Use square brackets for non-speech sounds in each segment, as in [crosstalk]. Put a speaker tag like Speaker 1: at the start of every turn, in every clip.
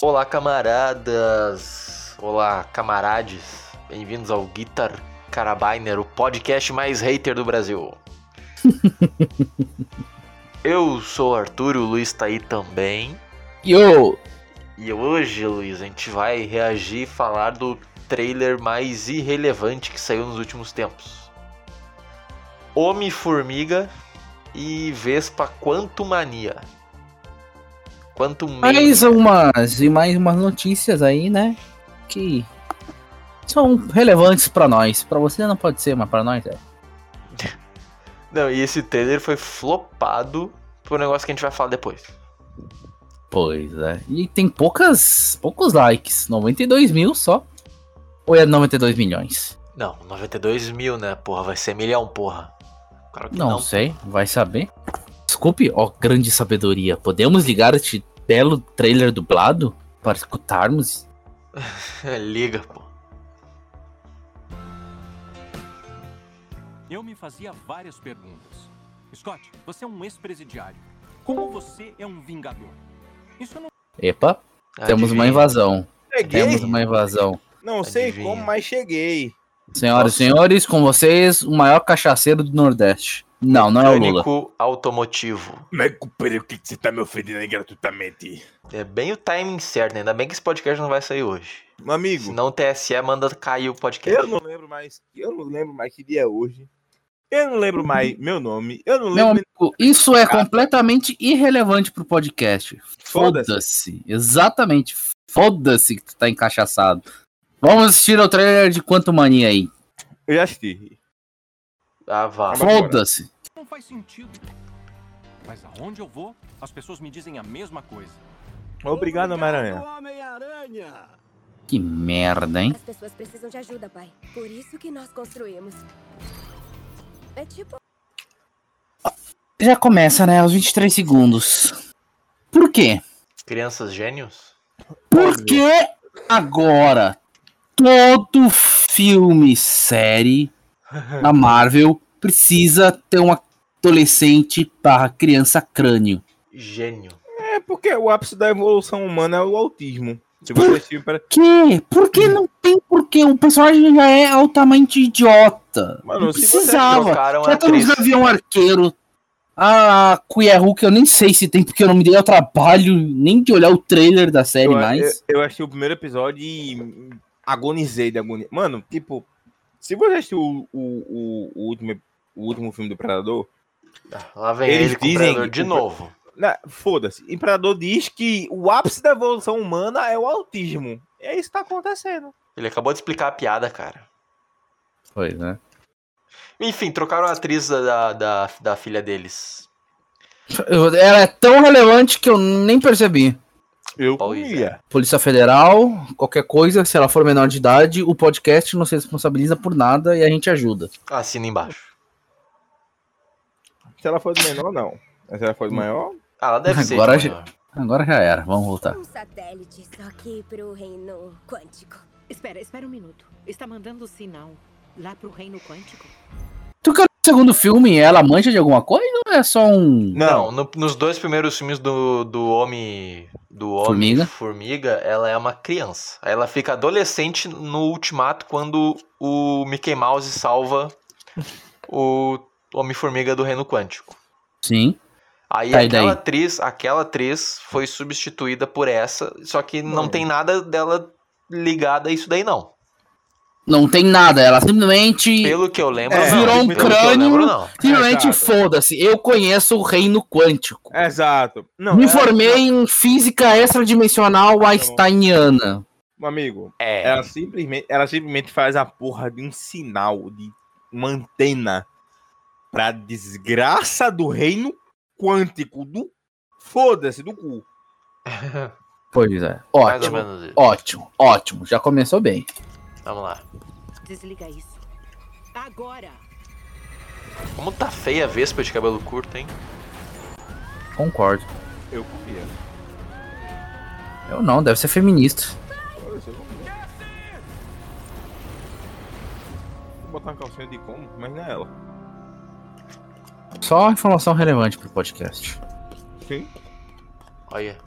Speaker 1: Olá, camaradas! Olá, camarades! Bem-vindos ao Guitar Carabiner, o podcast mais hater do Brasil. eu sou o Arthur, o Luiz tá aí também.
Speaker 2: Yo!
Speaker 1: E hoje, Luiz, a gente vai reagir e falar do trailer mais irrelevante que saiu nos últimos tempos. Homem-Formiga e Vespa Quantumania. Quanto
Speaker 2: Mais umas e mais umas notícias aí, né? Que são relevantes pra nós. Pra você não pode ser, mas pra nós é.
Speaker 1: Não, e esse trailer foi flopado por um negócio que a gente vai falar depois.
Speaker 2: Pois é. E tem poucas, poucos likes. 92 mil só. Ou é 92 milhões?
Speaker 1: Não, 92 mil, né? Porra, vai ser milhão, porra. Claro que
Speaker 2: Não, sei, vai saber. Desculpe, ó, grande sabedoria. Podemos ligar este belo trailer dublado para escutarmos?
Speaker 1: [laughs] Liga, pô.
Speaker 3: Eu me fazia várias perguntas. Scott, você é um ex-presidiário. Como você é um vingador? Isso não
Speaker 2: Epa, temos uma
Speaker 1: Adivinha.
Speaker 2: invasão. Temos
Speaker 4: Cheguei,
Speaker 2: uma invasão.
Speaker 4: não sei
Speaker 1: É, Adivinha.
Speaker 4: como, mas cheguei.
Speaker 2: Senhoras e
Speaker 1: Nossa.
Speaker 2: senhores, com vocês, o maior cachaceiro do Nordeste. Não, não é o Lula.
Speaker 1: Pânico automotivo.
Speaker 4: Mas o é que você tá me ofendendo aí gratuitamente?
Speaker 1: É bem o timing certo, né? ainda bem que esse podcast não vai sair hoje.
Speaker 4: Meu amigo,
Speaker 1: Senão o TSE manda cair o podcast.
Speaker 4: eu não lembro mais. Eu não lembro mais que dia é hoje. Eu não lembro mais meu nome. Eu Uhum. não
Speaker 2: Meu
Speaker 4: lembro.
Speaker 2: amigo, isso é completamente irrelevante pro podcast.
Speaker 4: Foda-se.
Speaker 2: Foda-se. Exatamente. Foda-se que tu tá encachaçado. Vamos assistir ao trailer de Quanto Mania aí.
Speaker 4: Eu já assisti.
Speaker 1: Ah, vá.
Speaker 4: Mas agora.
Speaker 2: Foda-se.
Speaker 3: não faz sentido. Mas aonde eu vou, as pessoas me dizem a mesma coisa.
Speaker 4: Obrigado, Homem-Aranha.
Speaker 2: Que merda, hein?
Speaker 5: As pessoas precisam de ajuda, pai. Por isso que nós construímos. É tipo
Speaker 2: Já começa, né? Aos 23 segundos. Por quê?
Speaker 1: Crianças gênios?
Speaker 2: Por que agora todo filme, série da Marvel precisa ter um adolescente barra criança crânio?
Speaker 1: Gênio.
Speaker 4: É porque o ápice da evolução humana é o autismo. Se você assistir para.
Speaker 2: Que? Por que não tem porquê? O personagem já é altamente idiota.
Speaker 4: Mano,
Speaker 2: não
Speaker 4: se você
Speaker 1: Ah,
Speaker 2: precisava.
Speaker 4: É
Speaker 1: Trocaram a
Speaker 2: Já temos
Speaker 1: atriz.
Speaker 2: Gavião Arqueiro, a Cuiarru, que eu nem sei se tem, porque eu não me dei ao trabalho nem de olhar o trailer da série
Speaker 4: Eu,
Speaker 2: mais.
Speaker 4: eu, eu assisti o primeiro episódio e agonizei de agonia. Mano, tipo, se você assistiu o, o, o, o último, o último filme do Predador,
Speaker 1: Ah, Lá vem
Speaker 4: Eles
Speaker 1: ele com o
Speaker 4: dizem
Speaker 1: predador
Speaker 4: que-
Speaker 1: de novo.
Speaker 4: Na- né, Foda-se. Imperador diz que o ápice da evolução humana é o autismo. É isso que tá acontecendo.
Speaker 1: Ele acabou de explicar a piada, cara.
Speaker 2: Pois, né?
Speaker 1: Enfim, trocaram a atriz da, da, da, da filha deles.
Speaker 2: Ela é tão relevante que eu nem percebi.
Speaker 4: Eu
Speaker 1: Pois
Speaker 4: comia.
Speaker 2: Polícia Federal, qualquer coisa, se ela for menor de idade, o podcast não se responsabiliza por nada e a gente ajuda.
Speaker 1: Assina embaixo.
Speaker 4: Se ela fosse menor, não. Mas Se ela fosse maior,
Speaker 1: Ah, ela deve ser. né?
Speaker 2: Agora
Speaker 1: de
Speaker 2: a
Speaker 1: maior.
Speaker 2: Agora já era, vamos voltar.
Speaker 5: um satélite, só que pro reino quântico.
Speaker 6: Espera, espera um minuto. Está mandando sinal lá pro reino quântico?
Speaker 2: Tu quer o segundo filme ela mancha de alguma coisa ou é só um.
Speaker 1: Não, no- nos dois primeiros filmes do, do Homem. Do Homem
Speaker 2: Formiga.
Speaker 1: Formiga, ela é uma criança. Aí Ela fica adolescente no ultimato quando o Mickey Mouse salva o Homem-Formiga do Reino Quântico.
Speaker 2: Sim.
Speaker 1: Aí
Speaker 2: Tá, e
Speaker 1: aquela
Speaker 2: daí?
Speaker 1: atriz, aquela atriz foi substituída por essa, só que não
Speaker 4: Mano.
Speaker 1: tem nada dela ligada a isso daí, não.
Speaker 2: Não tem nada, ela simplesmente.
Speaker 1: Pelo que eu lembro,
Speaker 4: É,
Speaker 1: não.
Speaker 4: virou um
Speaker 1: Pelo que eu
Speaker 2: crânio.
Speaker 1: lembro, não.
Speaker 2: Simplesmente
Speaker 4: Exato.
Speaker 2: foda-se, eu conheço o reino quântico.
Speaker 4: Exato. Não, é
Speaker 2: Me
Speaker 4: assim,
Speaker 1: é
Speaker 4: ela-
Speaker 2: formei em física
Speaker 1: Tá
Speaker 2: extradimensional einsteiniana.
Speaker 4: Meu amigo,
Speaker 1: É.
Speaker 4: ela, simplesmente, ela simplesmente faz a porra de um sinal, de uma antena pra desgraça do reino quântico do. Foda-se, do cu.
Speaker 2: Pois é.
Speaker 1: [laughs] Mais ou
Speaker 2: Ótimo.
Speaker 1: menos isso.
Speaker 2: Ótimo, ótimo. Já começou bem.
Speaker 1: Vamos lá.
Speaker 6: Desliga isso. Agora!
Speaker 1: Como tá feia a Vespa de cabelo curto, hein?
Speaker 2: Concordo.
Speaker 4: Eu comia.
Speaker 2: Eu não, deve ser feminista.
Speaker 4: Foda-se, eu comia. Vou botar uma calcinha de como, mas não é ela.
Speaker 2: Só informação relevante pro podcast.
Speaker 4: Sim.
Speaker 1: Olha.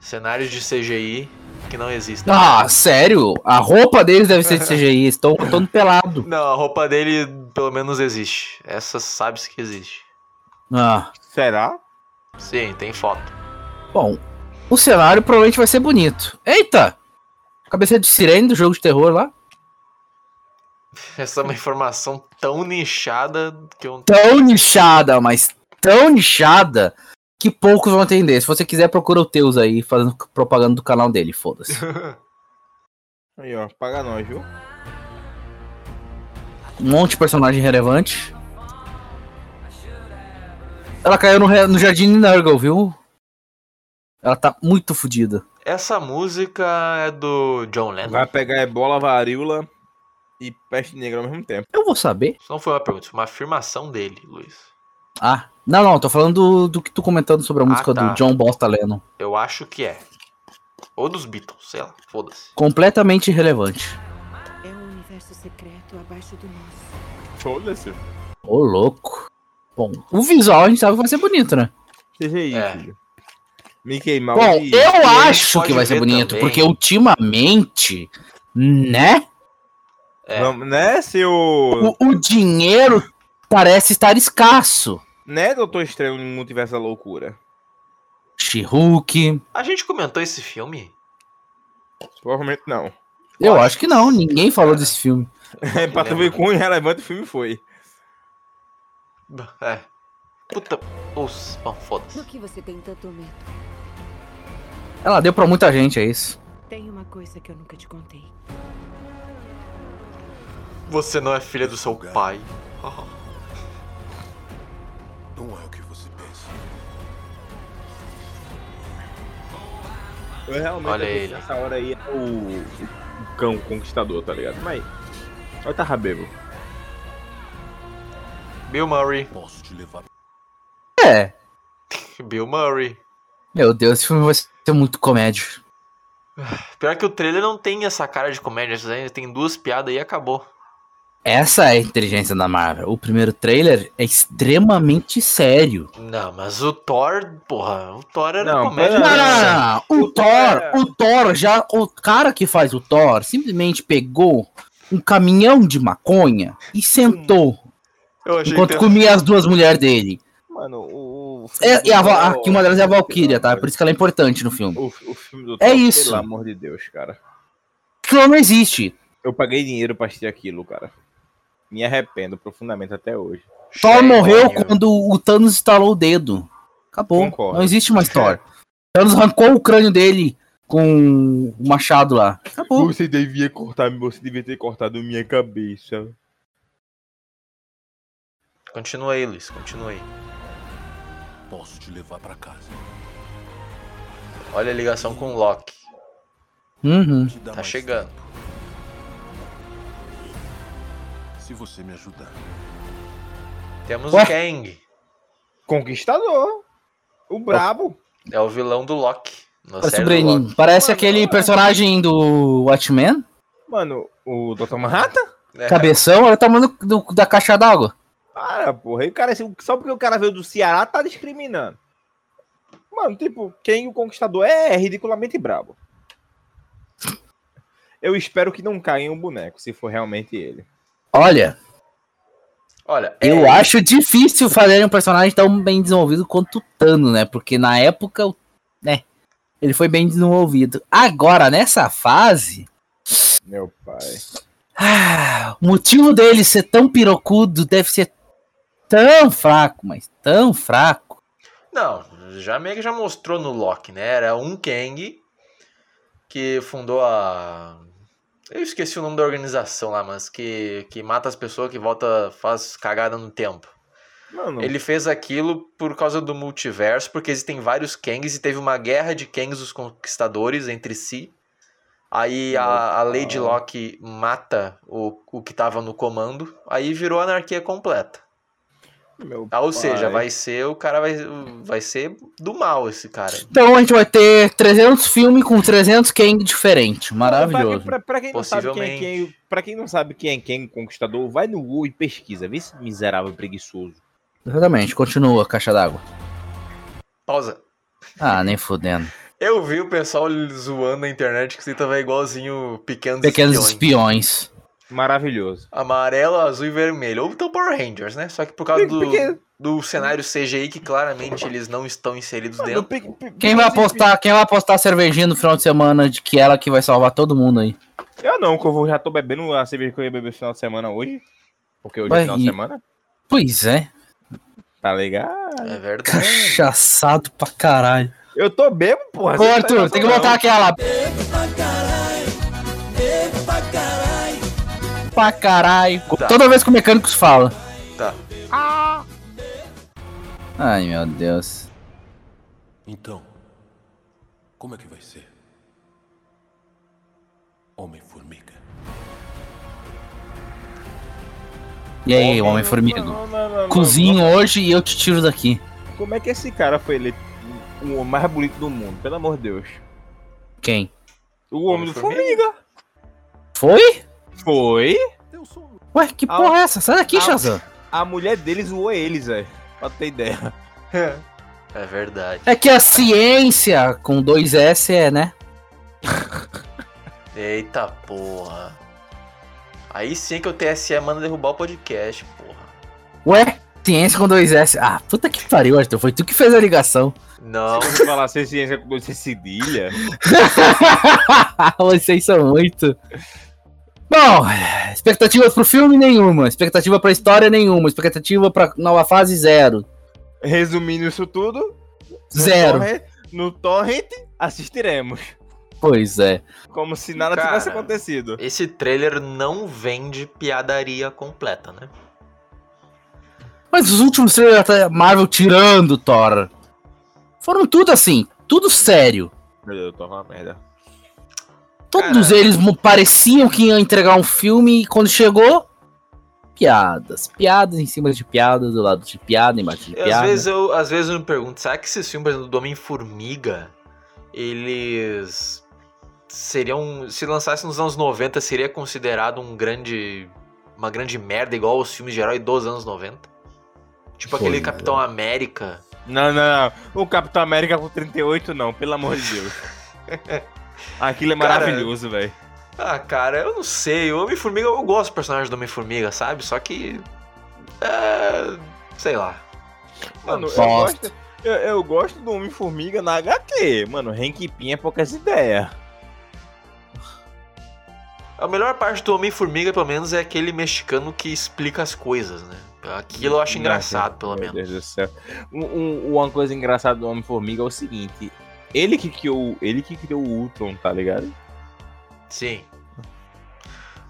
Speaker 1: Cenários de CGI que não existem.
Speaker 2: Ah, sério? A roupa deles deve ser de CGI, estão todo pelado.
Speaker 1: Não, a roupa dele pelo menos existe. Essa sabe-se que existe.
Speaker 2: Ah,
Speaker 4: Será?
Speaker 1: Sim, tem foto.
Speaker 2: bom. O cenário provavelmente vai ser bonito. Eita! Cabeça de sirene do jogo de terror lá.
Speaker 1: Essa é uma informação tão nichada que eu.
Speaker 2: Tão nichada, mas tão nichada que poucos vão entender. Se você quiser, procura o Teus aí, fazendo propaganda do canal dele, foda-se.
Speaker 4: Aí, ó, paga nós, viu?
Speaker 2: Um monte de personagem relevante. Ela caiu no, re- no jardim de Nurgle, viu? Ela tá muito fodida.
Speaker 1: Essa música é do John Lennon.
Speaker 4: Vai pegar ebola, varíola e peste negra ao mesmo tempo.
Speaker 2: Eu vou saber.
Speaker 1: Isso não foi uma pergunta, isso foi uma afirmação dele, Luiz.
Speaker 2: Ah, não, não, tô falando do, do que tu comentando sobre a
Speaker 1: Ah,
Speaker 2: música
Speaker 1: tá.
Speaker 2: do John Bosta Lennon.
Speaker 1: Eu acho que é. Ou dos Beatles, sei lá, foda-se.
Speaker 2: Completamente irrelevante.
Speaker 6: É um universo secreto abaixo do nosso.
Speaker 4: Foda-se.
Speaker 2: Ô, louco. Bom, o visual a gente sabe que vai ser bonito, né?
Speaker 4: Seja aí,
Speaker 1: É.
Speaker 4: filho. um Mickey Mouse.
Speaker 2: Bom,
Speaker 4: e-
Speaker 2: eu
Speaker 1: Ah, a gente
Speaker 2: acho
Speaker 1: pode
Speaker 2: que vai ser
Speaker 1: ver
Speaker 2: bonito,
Speaker 1: também-
Speaker 2: porque ultimamente, né?
Speaker 1: É.
Speaker 4: Vamos, né, seu.
Speaker 2: O, o dinheiro parece estar escasso.
Speaker 4: Né, Doutor Estranho no Multiverso da Loucura?
Speaker 2: She-Hulk.
Speaker 1: A gente comentou esse filme?
Speaker 4: Provavelmente não.
Speaker 2: Eu
Speaker 1: Olha,
Speaker 2: acho que não, ninguém falou
Speaker 1: cara.
Speaker 2: desse filme.
Speaker 4: [laughs] É pra tu ver quão irrelevante o filme foi.
Speaker 1: É. Puta. Os... Bom, foda-se.
Speaker 5: Do que você tem tanto medo?
Speaker 2: Ela deu pra muita gente, é isso.
Speaker 6: Tem uma coisa que eu nunca te contei.
Speaker 1: Você não é filha do seu pai.
Speaker 7: Não é o que você pensa.
Speaker 4: Eu realmente
Speaker 1: Olha
Speaker 4: achei que
Speaker 1: ele.
Speaker 4: Nessa hora aí é o... o cão conquistador, tá ligado? Mas. Olha o Tarrabebo.
Speaker 1: Bill Murray.
Speaker 7: Posso te levar.
Speaker 2: É.
Speaker 1: Bill Murray.
Speaker 2: Meu Deus, esse filme vai ser muito comédia.
Speaker 1: Pior que o trailer não tem essa cara de comédia, né? tem duas piadas e acabou.
Speaker 2: Essa é a inteligência da Marvel. O primeiro trailer é extremamente sério.
Speaker 1: Não, mas o Thor, porra, o Thor era
Speaker 4: Não,
Speaker 1: comédia.
Speaker 4: É.
Speaker 2: Não,
Speaker 4: pera-
Speaker 1: né?
Speaker 2: não, não, não. O
Speaker 4: O Thor
Speaker 2: Thor,
Speaker 4: é-
Speaker 2: o Thor já. O cara que faz o Thor simplesmente pegou um caminhão de maconha e sentou
Speaker 4: Hum,
Speaker 1: Eu achei
Speaker 4: é.
Speaker 2: enquanto
Speaker 1: que-
Speaker 2: comia as duas mulheres dele.
Speaker 4: Mano, o. o filme
Speaker 2: É, e a,
Speaker 4: do-
Speaker 2: Va- aqui uma delas é a Valkyria, tá? Por isso que ela é importante no filme.
Speaker 4: O, o filme do
Speaker 2: É
Speaker 4: Thor,
Speaker 2: isso.
Speaker 4: Pelo amor de Deus, cara.
Speaker 2: Aquilo não existe.
Speaker 4: Eu paguei dinheiro pra assistir aquilo, cara. Me arrependo profundamente até hoje.
Speaker 2: Thor
Speaker 1: Cheio,
Speaker 2: morreu
Speaker 1: né?
Speaker 2: quando o Thanos estalou o dedo. Acabou.
Speaker 4: Concordo.
Speaker 2: Não existe mais Thor. Thanos arrancou o crânio dele com o machado lá. Acabou.
Speaker 4: Você devia cortar, você devia ter cortado minha cabeça.
Speaker 1: Continua aí, Luiz, continua aí.
Speaker 7: Posso te levar pra casa.
Speaker 1: Olha a ligação com o Loki.
Speaker 2: Uhum.
Speaker 7: Te dá
Speaker 1: Tá
Speaker 7: mais
Speaker 1: chegando.
Speaker 7: tempo, Se você me ajudar.
Speaker 1: Temos
Speaker 2: Ué?
Speaker 1: o Kang,
Speaker 4: Conquistador. O brabo.
Speaker 1: é o vilão do Loki. Na
Speaker 2: Parece
Speaker 1: série
Speaker 2: o
Speaker 1: do
Speaker 2: Brenin.
Speaker 1: Loki.
Speaker 2: Parece aquele personagem do Watchmen.
Speaker 4: Mano, o Dr. Manhattan?
Speaker 1: É.
Speaker 2: Cabeção, ela tá mandando do- da caixa d'água.
Speaker 4: Para, porra. E o cara, assim, só porque o cara veio do Ceará, tá discriminando. Mano, tipo, quem o conquistador é, é ridiculamente brabo. Eu espero que não caia em um boneco, se for realmente ele.
Speaker 2: Olha,
Speaker 1: Olha, é-
Speaker 2: eu acho difícil fazer um personagem tão bem desenvolvido quanto o Thanos, né? Porque na época, né? Ele foi bem desenvolvido. Agora, nessa fase.
Speaker 4: Meu pai.
Speaker 2: Ah, o motivo dele ser tão pirocudo deve ser tão fraco, mas tão fraco.
Speaker 1: Não, já meio que já mostrou no Loki, né? Era um Kang que fundou a. Eu esqueci o nome da organização lá, mas que, que mata as pessoas, que volta, faz cagada no tempo.
Speaker 4: Mano,
Speaker 1: Ele fez aquilo por causa do multiverso, porque existem vários Kangs e teve uma guerra de Kangs, os conquistadores, entre si. Aí a, a Lady
Speaker 4: Opa.
Speaker 1: Loki mata o, o que tava no comando, aí virou anarquia completa.
Speaker 4: meu
Speaker 1: Ah, Ou seja,
Speaker 4: pai.
Speaker 1: vai ser o cara, vai, vai ser do mal esse cara.
Speaker 2: Então a gente vai ter 300 filmes com 300 Kang diferente.
Speaker 4: Pra,
Speaker 2: Maravilhoso.
Speaker 4: pra- pra quem não sabe quem é
Speaker 1: Possivelmente.
Speaker 4: quem, pra quem não sabe quem é quem o conquistador, vai no Google e pesquisa. Vê esse miserável preguiçoso.
Speaker 2: Exatamente, continua, caixa d'água.
Speaker 1: Pausa.
Speaker 2: Ah, nem fudendo.
Speaker 1: Eu vi o pessoal zoando na internet que você tava igualzinho pequenos,
Speaker 2: Pequenos
Speaker 1: espiões.
Speaker 2: espiões.
Speaker 4: Maravilhoso.
Speaker 1: Amarelo, azul e vermelho. Ou então Power Rangers, né? Só que por causa do,
Speaker 4: Porque-
Speaker 1: do cenário CGI que claramente eles não estão inseridos
Speaker 4: Mano,
Speaker 1: dentro.
Speaker 4: pe- pe-
Speaker 2: Quem vai
Speaker 4: pequenos
Speaker 2: apostar, quem vai apostar a cervejinha no final de semana de que ela que vai salvar todo mundo aí?
Speaker 4: espi- Eu não, que eu vou- já tô bebendo a cerveja que eu ia beber final de semana hoje. Porque hoje
Speaker 2: Ué,
Speaker 4: é final de
Speaker 2: e-
Speaker 4: semana.
Speaker 2: Pois é.
Speaker 4: Tá legal?
Speaker 1: É verdade.
Speaker 2: Cachaçado pra caralho.
Speaker 4: Eu tô bêbado, porra. tá
Speaker 2: Ô, Arthur, tem que botar aquela. Pra caralho.
Speaker 1: Tá.
Speaker 2: Toda vez que o mecânico fala. Ah.
Speaker 1: Tá.
Speaker 2: Ai, meu Deus.
Speaker 7: Então, como é que vai ser? Homem-Formiga.
Speaker 2: E aí, Homem-Formiga? Cozinho hoje e eu te tiro daqui.
Speaker 4: Como é que esse cara foi eleito o homem mais bonito do mundo? Pelo amor de Deus.
Speaker 2: Quem?
Speaker 4: O homem do
Speaker 1: Homem-Formiga?
Speaker 4: Formiga.
Speaker 2: Foi?
Speaker 4: Foi?
Speaker 3: Teu sono.
Speaker 2: Ué, que
Speaker 4: Ah,
Speaker 2: porra é essa? Sai daqui,
Speaker 4: ah,
Speaker 2: Shazam.
Speaker 4: A mulher dele zoou eles, velho. Pra ter ideia.
Speaker 1: É verdade.
Speaker 2: É que a ciência com dois S é, né?
Speaker 1: Eita porra. Aí sim é que o TSE manda derrubar o podcast, porra.
Speaker 2: Ué, ciência com dois S. Ah, puta que pariu, Arthur. Foi tu que fez a ligação. [laughs]
Speaker 1: Não,
Speaker 4: Se você falar sem ciência com você cedilha.
Speaker 2: Vocês são muito. Bom, expectativas pro filme nenhuma, expectativa pra história nenhuma, expectativa pra nova fase zero.
Speaker 4: Resumindo isso tudo. no
Speaker 2: Zero.
Speaker 4: torrent- No torrent, assistiremos.
Speaker 2: Pois é.
Speaker 4: Como se nada
Speaker 1: Cara.
Speaker 4: tivesse acontecido.
Speaker 1: esse trailer não vende piadaria completa, né?
Speaker 2: Mas os últimos trailers da Marvel tirando Thor foram tudo assim, tudo sério.
Speaker 4: Meu Deus, eu tô uma merda.
Speaker 2: Todos
Speaker 1: Cara.
Speaker 2: eles mo- pareciam que iam entregar um filme e quando chegou, piadas. Piadas em cima de piadas, do lado de piada, embaixo de
Speaker 1: E Às
Speaker 2: piada.
Speaker 1: vezes, eu, às vezes eu me pergunto, será que esses filmes, por exemplo, do Homem-Formiga, eles seriam. Se lançassem nos anos 90, seria considerado um grande. uma grande merda, igual os filmes de herói dos anos 90? Tipo aquele
Speaker 2: Pois é.
Speaker 1: Capitão América.
Speaker 4: Não, não, não. O Capitão América com 38, não, pelo amor de Deus. [laughs] Aquilo é
Speaker 1: Cara,
Speaker 4: maravilhoso, velho.
Speaker 1: Ah, cara, eu não sei. O Homem-Formiga, eu gosto do personagem do Homem-Formiga, sabe? Só que. É, sei lá.
Speaker 4: Mano, eu
Speaker 2: Bosta.
Speaker 4: gosto, eu, eu gosto do Homem-Formiga na HQ. Mano, Hank Pym é poucas ideias.
Speaker 1: A melhor parte do Homem-Formiga, pelo menos, é aquele mexicano que explica as coisas, né? Aquilo eu
Speaker 2: é,
Speaker 1: acho engraçado, pelo
Speaker 4: Meu
Speaker 1: menos.
Speaker 4: Deus do céu. Um- um- uma coisa engraçada do Homem-Formiga é o seguinte. Ele que, criou, ele que criou o Ultron, tá ligado?
Speaker 1: Sim.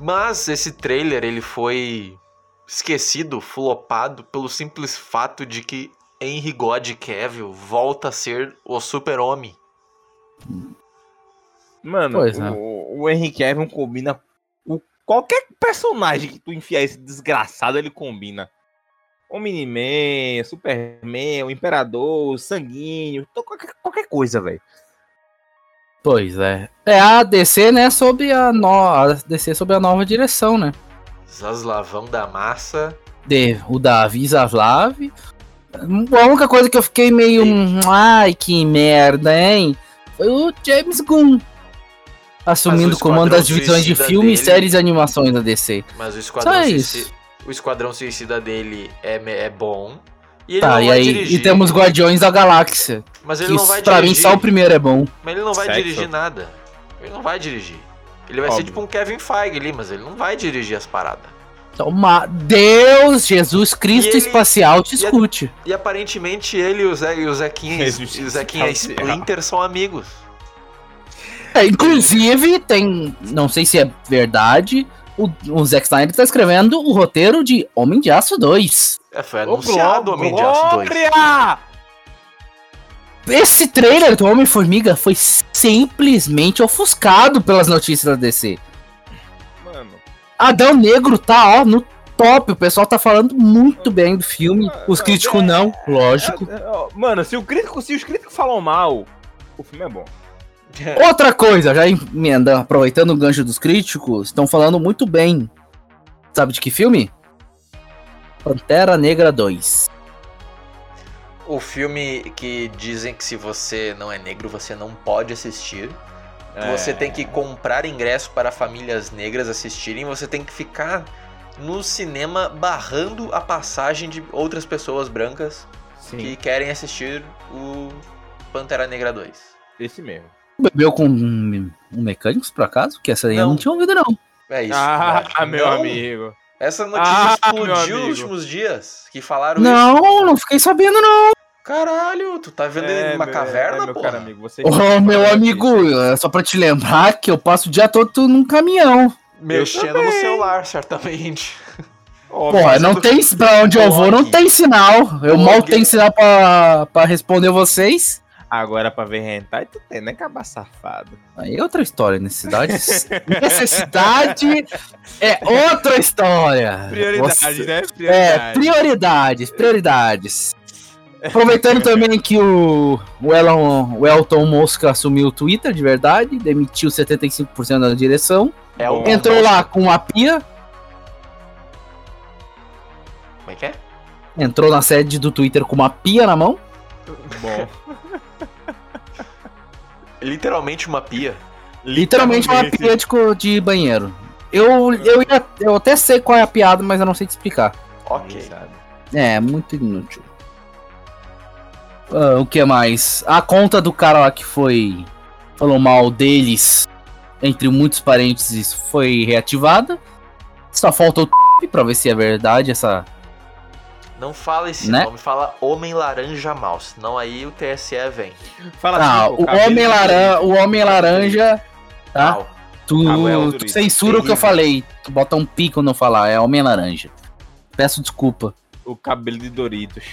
Speaker 1: Mas esse trailer, ele foi esquecido, flopado, pelo simples fato de que Henry God Cavill volta a ser o super-homem.
Speaker 4: Mano,
Speaker 2: Pois é.
Speaker 4: o, o Henry Cavill combina com qualquer personagem que tu enfiar esse desgraçado, ele combina. Homem-Man, Superman, o Imperador, o Sanguíneo, to- qualquer, qualquer coisa, velho.
Speaker 2: Pois é. É a DC, né, sobre a nova, DC sobre a nova direção, né?
Speaker 1: Zaslavão da massa.
Speaker 2: De, o Davi Zaslav. A única coisa que eu fiquei meio, "Hum, ai, que merda, hein? Foi o James Gunn assumindo
Speaker 1: Mas
Speaker 2: o
Speaker 1: o
Speaker 2: comando das
Speaker 1: Esquadrão
Speaker 2: divisões de
Speaker 1: Suicida
Speaker 2: filmes,
Speaker 1: dele-
Speaker 2: séries e animações da DC.
Speaker 1: Mas o Esquadrão,
Speaker 2: isso.
Speaker 1: Suicida, o esquadrão Suicida dele é, me- é bom. E ele
Speaker 2: Tá,
Speaker 1: não
Speaker 2: e
Speaker 1: vai
Speaker 2: aí
Speaker 1: dirigir.
Speaker 2: e temos Guardiões da Galáxia,
Speaker 1: Mas
Speaker 2: que
Speaker 1: ele não vai
Speaker 2: pra mim
Speaker 1: dirigir.
Speaker 2: só o primeiro é bom.
Speaker 1: Mas ele não vai
Speaker 4: Sexo.
Speaker 1: dirigir nada. Ele não vai dirigir. Ele vai ser
Speaker 4: Óbvio.
Speaker 1: tipo um Kevin Feige ali, mas ele não vai dirigir as paradas.
Speaker 2: Toma, Então, Deus, Jesus Cristo
Speaker 1: E ele-
Speaker 2: espacial
Speaker 1: e
Speaker 2: te
Speaker 1: a-
Speaker 2: escute.
Speaker 1: E aparentemente ele e o, Zé, e o Zequinha,
Speaker 4: Jesus,
Speaker 1: e o Zequinha
Speaker 4: tá
Speaker 1: Splinter são amigos.
Speaker 2: É, inclusive, tem. Não sei se é verdade. O, o Zack Snyder tá escrevendo o roteiro de Homem de Aço 2.
Speaker 1: É, foi
Speaker 4: Ô,
Speaker 1: anunciado o
Speaker 4: Gló-
Speaker 1: Homem de Aço 2. Ah!
Speaker 4: Glória!
Speaker 2: Esse trailer do Homem-Formiga foi simplesmente ofuscado pelas notícias da DC.
Speaker 4: Mano,
Speaker 2: Adão Negro tá, ó, no top. O pessoal tá falando muito bem do filme. Os
Speaker 4: Ah,
Speaker 2: críticos
Speaker 4: é-
Speaker 2: não, lógico.
Speaker 4: é- é- ó, mano se, o crítico, se os críticos falam mal, o filme é bom.
Speaker 2: Outra coisa, já emenda, aproveitando o gancho dos críticos, estão falando muito bem. Sabe de que filme? Pantera Negra 2.
Speaker 1: o filme que dizem que se você não é negro, você não pode assistir. Você
Speaker 4: É.
Speaker 1: tem que comprar ingresso para famílias negras assistirem. Você tem que ficar no cinema barrando a passagem de outras pessoas brancas
Speaker 4: Sim,
Speaker 1: que querem assistir o Pantera Negra 2.
Speaker 4: esse mesmo.
Speaker 2: Bebeu com um, um mecânico, por acaso? Que essa aí eu
Speaker 1: Não.
Speaker 2: não tinha ouvido, não.
Speaker 1: É isso.
Speaker 4: Ah,
Speaker 1: Não,
Speaker 4: meu amigo.
Speaker 1: Essa notícia
Speaker 4: Ah, meu
Speaker 1: explodiu
Speaker 4: amigo.
Speaker 1: nos últimos dias. Que falaram isso.
Speaker 2: Não, não fiquei sabendo, não.
Speaker 1: Caralho, tu tá vendo ele
Speaker 4: É,
Speaker 1: numa
Speaker 4: meu-
Speaker 1: caverna,
Speaker 4: é, meu
Speaker 1: pô?
Speaker 4: caro amigo, você
Speaker 2: Ô,
Speaker 4: está
Speaker 2: meu
Speaker 4: falando
Speaker 2: amigo,
Speaker 4: disso.
Speaker 2: é só pra te lembrar que eu passo o dia todo num caminhão.
Speaker 1: Mexendo no celular, certamente.
Speaker 4: Ó,
Speaker 2: Porra,
Speaker 4: mas
Speaker 2: é não
Speaker 4: tu-
Speaker 2: tem. Pra onde eu vou, não
Speaker 1: Log.
Speaker 2: tem sinal. Eu mal
Speaker 1: Log.
Speaker 2: tenho sinal pra, pra responder vocês.
Speaker 4: Agora pra ver hentai, tu tem, né, caba safado.
Speaker 2: Aí é outra história.
Speaker 4: [laughs]
Speaker 2: Necessidade. necessidade é outra história.
Speaker 4: Prioridades,
Speaker 2: Você-
Speaker 4: né?
Speaker 2: É,
Speaker 4: Prioridades.
Speaker 2: prioridades, prioridades. Aproveitando também que o, o, Elon, o Elton Musk assumiu o Twitter de verdade, demitiu 75% da direção,
Speaker 1: É o.
Speaker 2: entrou lá com a pia,
Speaker 1: Como é que é?
Speaker 2: entrou na sede do Twitter com uma pia na mão,
Speaker 4: Bom,
Speaker 1: Literalmente uma pia. Tá
Speaker 2: literalmente uma
Speaker 4: Literalmente.
Speaker 2: pia de, co- de banheiro. Eu, eu, ia- eu até sei qual é a piada, mas eu não sei te explicar.
Speaker 1: Ok.
Speaker 2: É, muito inútil. Ah, o que mais? A conta do cara lá que foi. Falou mal deles, entre muitos parênteses, foi reativada. Só falta o [laughs] t pra ver se é verdade essa.
Speaker 1: Não fala esse
Speaker 2: Né?
Speaker 1: nome, fala Homem Laranja Mouse. Não aí o TSE vem.
Speaker 4: Fala
Speaker 2: Ah,
Speaker 4: assim, pô,
Speaker 2: o
Speaker 4: cabelo
Speaker 2: Homem,
Speaker 4: de-
Speaker 2: Laran o homem Laranja. Tá?
Speaker 1: Au.
Speaker 2: Tu,
Speaker 4: Ah, é o
Speaker 2: tu
Speaker 4: Twitter,
Speaker 2: censura o que eu
Speaker 4: terrível.
Speaker 2: falei. Tu bota um pi quando eu falar, é Homem Laranja. Peço desculpa.
Speaker 4: O cabelo de Doritos.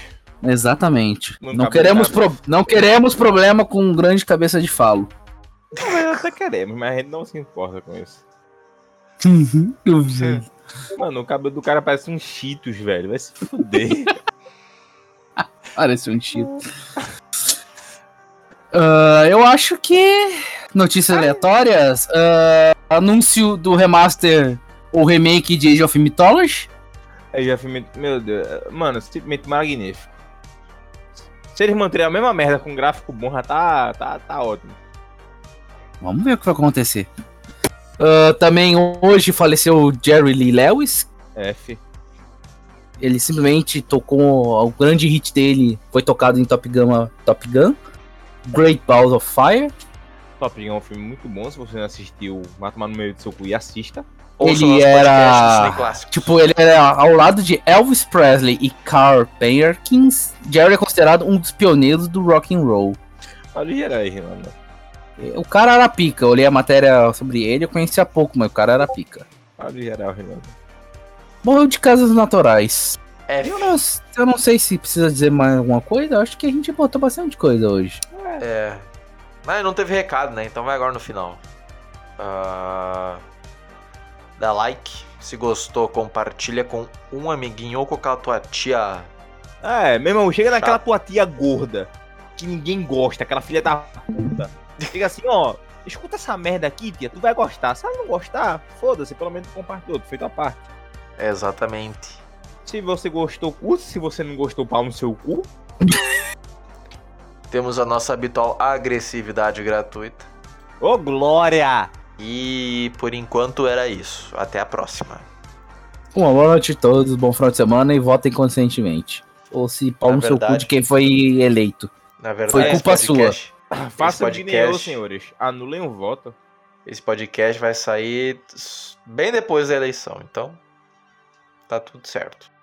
Speaker 2: Exatamente.
Speaker 4: Não
Speaker 2: não,
Speaker 4: cabe
Speaker 2: queremos
Speaker 4: nada.
Speaker 2: pro- não queremos problema com um grande cabeça de falo.
Speaker 4: Nós até queremos, mas a gente não se importa com isso. Mano, o cabelo do cara parece um Cheetos, velho. Vai se
Speaker 2: [laughs]
Speaker 4: fuder.
Speaker 2: Parece um tiro. [laughs] Ah, eu acho que. Notícias aleatórias. ah, anúncio do remaster ou remake de Age of Mythology.
Speaker 4: Aí já filme. Meu Deus. Mano, simplesmente magnífico. Se eles manterem a mesma merda com gráfico bom, já tá, tá, tá ótimo.
Speaker 2: Vamos ver o que vai acontecer. Ah, também hoje faleceu o Jerry Lee Lewis.
Speaker 4: F.
Speaker 2: Ele simplesmente tocou. O grande hit dele foi tocado em Top Gun. Top Gun Great Balls of Fire.
Speaker 4: Top Gun é um filme muito bom. Se você não assistiu, vai tomar no meio do seu cu e assista.
Speaker 1: Ouça
Speaker 2: Ele
Speaker 1: nosso podcast,
Speaker 2: era-
Speaker 1: Cine Clássicos.
Speaker 2: Tipo, ele era ao lado de Elvis Presley e Carl Perkins. Jerry é considerado um dos pioneiros do rock and roll.
Speaker 4: Olha o Gerais, mano.
Speaker 2: O cara era pica. Eu olhei a matéria sobre ele, eu conhecia pouco, mas o cara era pica.
Speaker 4: Olha o Gerais, mano.
Speaker 2: Morreu de casas naturais.
Speaker 1: F.
Speaker 2: Eu não, eu não sei se precisa dizer mais alguma coisa. eu acho que a gente botou bastante coisa hoje.
Speaker 1: É. Mas não teve recado, né? Então vai agora no final. Ah, Dá like. Se gostou, compartilha com um amiguinho ou com aquela tua tia.
Speaker 4: É, meu irmão, chega naquela
Speaker 1: Chato.
Speaker 4: tua tia gorda, que ninguém gosta, aquela filha da puta. Chega assim, ó, escuta essa merda aqui, tia, tu vai gostar. Se ela não gostar, foda-se, pelo menos tu compartilhou, tu fez tua parte.
Speaker 1: Exatamente.
Speaker 4: Se você gostou, curte. Se você não gostou, pau no seu cu.
Speaker 1: Temos a nossa habitual agressividade gratuita.
Speaker 4: Ô, Glória!
Speaker 1: E por enquanto era isso. Até a próxima.
Speaker 2: Uma boa noite a todos, bom final de semana e votem conscientemente. Ou se pau
Speaker 1: Na
Speaker 2: no seu cu
Speaker 1: verdade-
Speaker 2: de quem foi eleito.
Speaker 1: Na verdade,
Speaker 2: Foi
Speaker 1: esse
Speaker 2: culpa
Speaker 1: podcast-
Speaker 4: Façam
Speaker 1: podcast-
Speaker 4: que nem eu, senhores. Anulem o voto.
Speaker 1: Esse podcast vai sair s- bem depois da eleição. Então, tá tudo certo.